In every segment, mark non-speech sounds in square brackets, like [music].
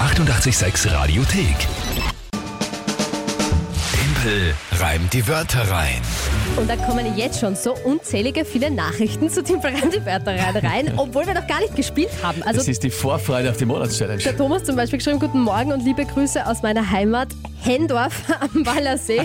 886 Radiothek. Tempel reimt die Wörter rein. Und da kommen jetzt schon so unzählige viele Nachrichten zu den Brandewörtern rein, obwohl wir noch gar nicht gespielt haben. Also Das ist die Vorfreude auf die der Monatschallenge. Thomas zum Beispiel geschrieben, guten Morgen und liebe Grüße aus meiner Heimat Hendorf am [laughs] Wallersee.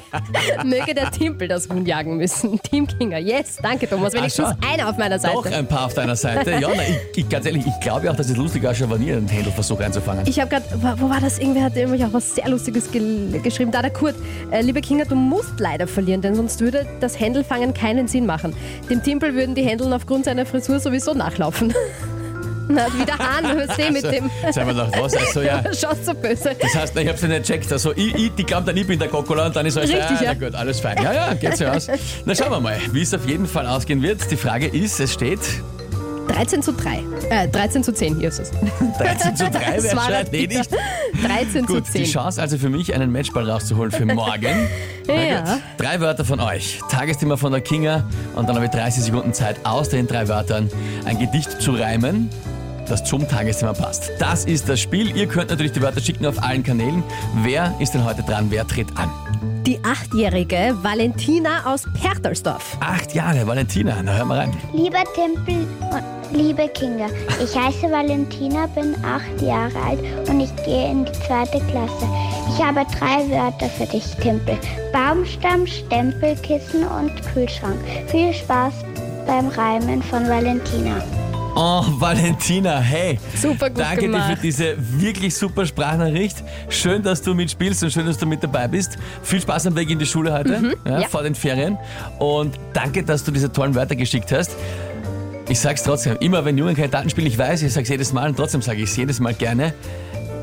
Möge der Timpel das Huhn jagen müssen. Team Kinger, yes, danke Thomas. Wenigstens Ah, schau. einer auf meiner Seite. Noch ein paar auf deiner Seite. Ja, na, ich, ich, ganz ehrlich, ich glaube ja auch, dass es lustig war, schon wenn ihr einen Händelversuch einzufangen. Ich habe gerade, wo war das? Irgendwer hat irgendwie auch was sehr Lustiges gel- geschrieben. Da der Kurt, äh, liebe Kinga, du musst leider verlieren, denn sonst würde das Händelfangen keinen Sinn machen. Dem Timpel würden die Händeln aufgrund seiner Frisur sowieso nachlaufen. [laughs] Na, wie der Hahn, hörst du eh mit dem. Sagen Also, wir doch, was? [laughs] Also, ja. Schaut so böse. Das heißt, ich hab's ja nicht gecheckt. Also, ich, ich die glaubt dann, ich bin der Coca-Cola und dann ist alles, Richtig, ah, ja. na gut, alles fein. Ja, ja, geht's ja aus. Na, schauen wir mal, wie es auf jeden Fall ausgehen wird. Die Frage ist, es steht 13 zu 3. Äh, 13 zu 10, hier ist es. [laughs] 13 zu 3, Das wer war schon der erledigt. 13 Gut, zu die 10. Chance also für mich, einen Matchball rauszuholen für morgen. Na Ja. gut. Drei Wörter von euch. Tagesthema von der Kinga. Und dann habe ich 30 Sekunden Zeit, aus den drei Wörtern ein Gedicht zu reimen, das zum Tagesthema passt. Das ist das Spiel. Ihr könnt natürlich die Wörter schicken auf allen Kanälen. Wer ist denn heute dran? Wer tritt an? Die achtjährige Valentina aus Pertersdorf. Acht Jahre, Valentina. Na, hör mal rein. Lieber Tempel und liebe Kinder, ich heiße Valentina, bin acht Jahre alt und ich gehe in die zweite Klasse. Ich habe drei Wörter für dich, Tempel. Baumstamm, Stempel, Kissen und Kühlschrank. Viel Spaß beim Reimen von Valentina. Oh, Valentina, hey. Super gut Danke dir gemacht. für diese wirklich super Sprachnachricht. Schön, dass du mitspielst und schön, dass du mit dabei bist. Viel Spaß am Weg in die Schule heute, ja, Mhm, ja. vor den Ferien. Und danke, dass du diese tollen Wörter geschickt hast. Ich sag's trotzdem, immer wenn Jungen keine Daten spielen, ich weiß, ich sag's jedes Mal und trotzdem sage ich's jedes Mal gerne.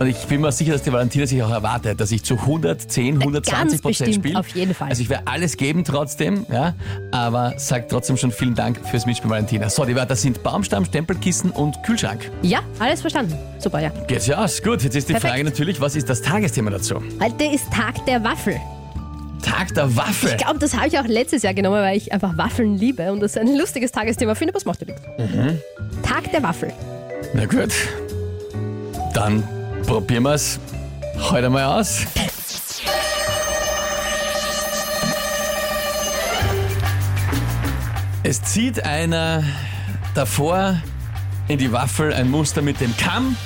Und ich bin mir sicher, dass die Valentina sich auch erwartet, dass ich zu 110, 120 Prozent bestimmt, spiele. auf jeden Fall. Also ich werde alles geben trotzdem, ja. Aber sag trotzdem schon vielen Dank fürs Mitspielen, Valentina. So, die Wörter sind Baumstamm, Stempelkissen und Kühlschrank. Ja, alles verstanden. Super, ja. Geht's ja aus. Gut, jetzt ist die Perfekt. Frage natürlich, was ist das Tagesthema dazu? Heute ist Tag der Waffel. Tag der Waffe. Ich glaube, das habe ich auch letztes Jahr genommen, weil ich einfach Waffeln liebe und das ein lustiges Tagesthema finde. Was macht ihr nichts? Mhm. Tag der Waffel. Na gut. Dann probieren wir's heute mal aus. Es zieht einer davor in die Waffel ein Muster mit dem Kamm.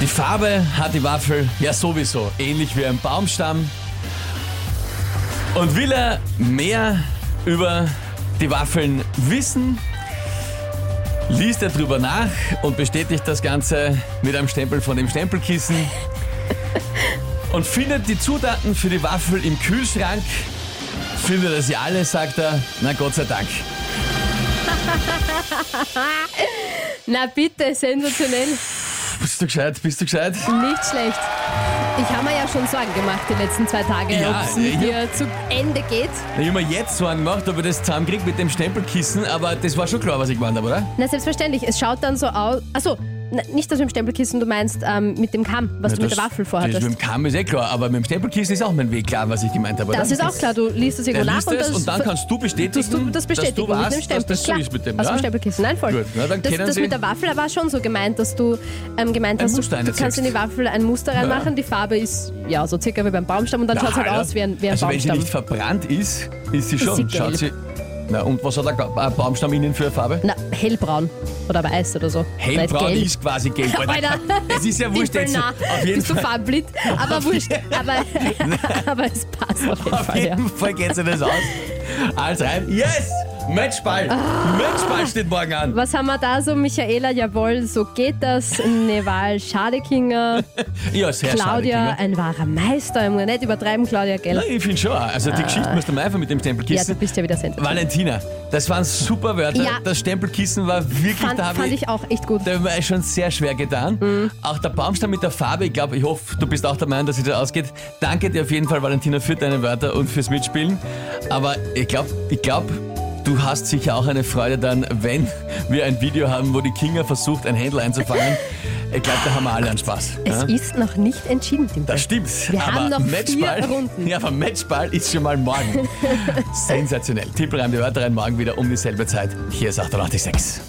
Die Farbe hat die Waffel ja sowieso, ähnlich wie ein Baumstamm. Und will er mehr über die Waffeln wissen, liest er drüber nach und bestätigt das Ganze mit einem Stempel von dem [laughs] Stempelkissen und findet die Zutaten für die Waffel im Kühlschrank. Findet er sie alle, sagt er. Na Gott sei Dank. Na bitte, sensationell. Bist du gescheit? Bist du gescheit? Nicht schlecht. Ich habe mir ja schon Sorgen gemacht die letzten zwei Tage, Ja, ob es mit ich dir zu Ende geht. Ich hab mir jetzt Sorgen gemacht, ob ich das zusammenkriege mit dem Stempelkissen, aber das war schon klar, was ich gemeint habe, oder? Na selbstverständlich, es schaut dann so aus. Achso, na, nicht das mit dem Stempelkissen, du meinst ähm, mit dem Kamm, was du Na, mit der das- Waffel Das vorhattest. mit dem Kamm ist eh klar, aber mit dem Stempelkissen ist auch mein Weg klar, was ich gemeint habe, Das oder? ist auch klar, du liest es Der irgendwo nach liest und, es das und dann kannst du bestätigen, Tust du das bestätigen dass mit dem du weißt, dass Stempel? das so Klar, ist mit dem, aus ja? dem Stempelkissen, nein, voll. Gut, na, dann das kennen das Sie- mit der Waffel war schon so gemeint, dass du ähm, gemeint Ein hast, du, Muster du kannst einsetzt. in die Waffel ein Muster reinmachen, Ja. die Farbe ist ja so circa wie beim Baumstamm und dann schaut es halt Alter. aus wie ein, wie ein also wenn Baumstamm. sie nicht verbrannt ist, ist sie Ist schon. sie gelb. Schaut sie. Na, und was hat ein Ga- ein Baumstamm innen für eine Farbe? Na, hellbraun oder weiß oder so. Hellbraun Nicht [laughs] gelb. ist quasi gelb. Alter. Es ist ja wurscht jetzt. Dimpelnah. Auf jeden Bist du Fall. farbenblind? Aber wurscht. Aber, [laughs] aber es passt auf jeden Auf Fall. Ja. jeden Fall geht sie das aus. Also rein. Yes! Matchball! Ah. Matchball steht morgen an. Was haben wir da so? Michaela, jawohl, so geht das. Neval Schadekinger. Ja, sehr Claudia, schade. Kinga. ein wahrer Meister. Ich muss nicht übertreiben, Claudia, gell? Na, ich finde schon. Also die Geschichte musst du mal einfach mit dem Ah. Ja, du Stempelkissen. bist ja wieder sensibel. Valentina, das waren super Wörter. Ja. Das Stempelkissen war wirklich Fand, da hab fand ich auch echt gut. Da haben wir es schon sehr schwer getan. Mhm. Auch der Baumstamm mit der Farbe, ich glaube, ich hoffe, du bist auch der Meinung, dass es das ausgeht. Danke dir auf jeden Fall, Valentina, für deine Wörter und fürs Mitspielen. Aber ich glaube, ich glaub, du hast sicher auch eine Freude dann, wenn wir ein Video haben, wo die Kinga versucht, ein Händel einzufangen. Ich glaube, da haben wir alle einen Spaß. Es ja? ist noch nicht entschieden, Tim. Das stimmt. Wir aber haben noch vier Matchball, Runden. Ja, aber Matchball ist schon mal morgen. [laughs] Sensationell. Tipp rein die Wörter rein, morgen wieder um dieselbe Zeit. Hier ist 886.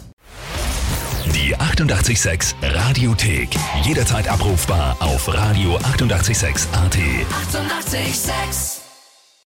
Die 886 886 Radiothek. Jederzeit abrufbar auf radio886.at. 886! 886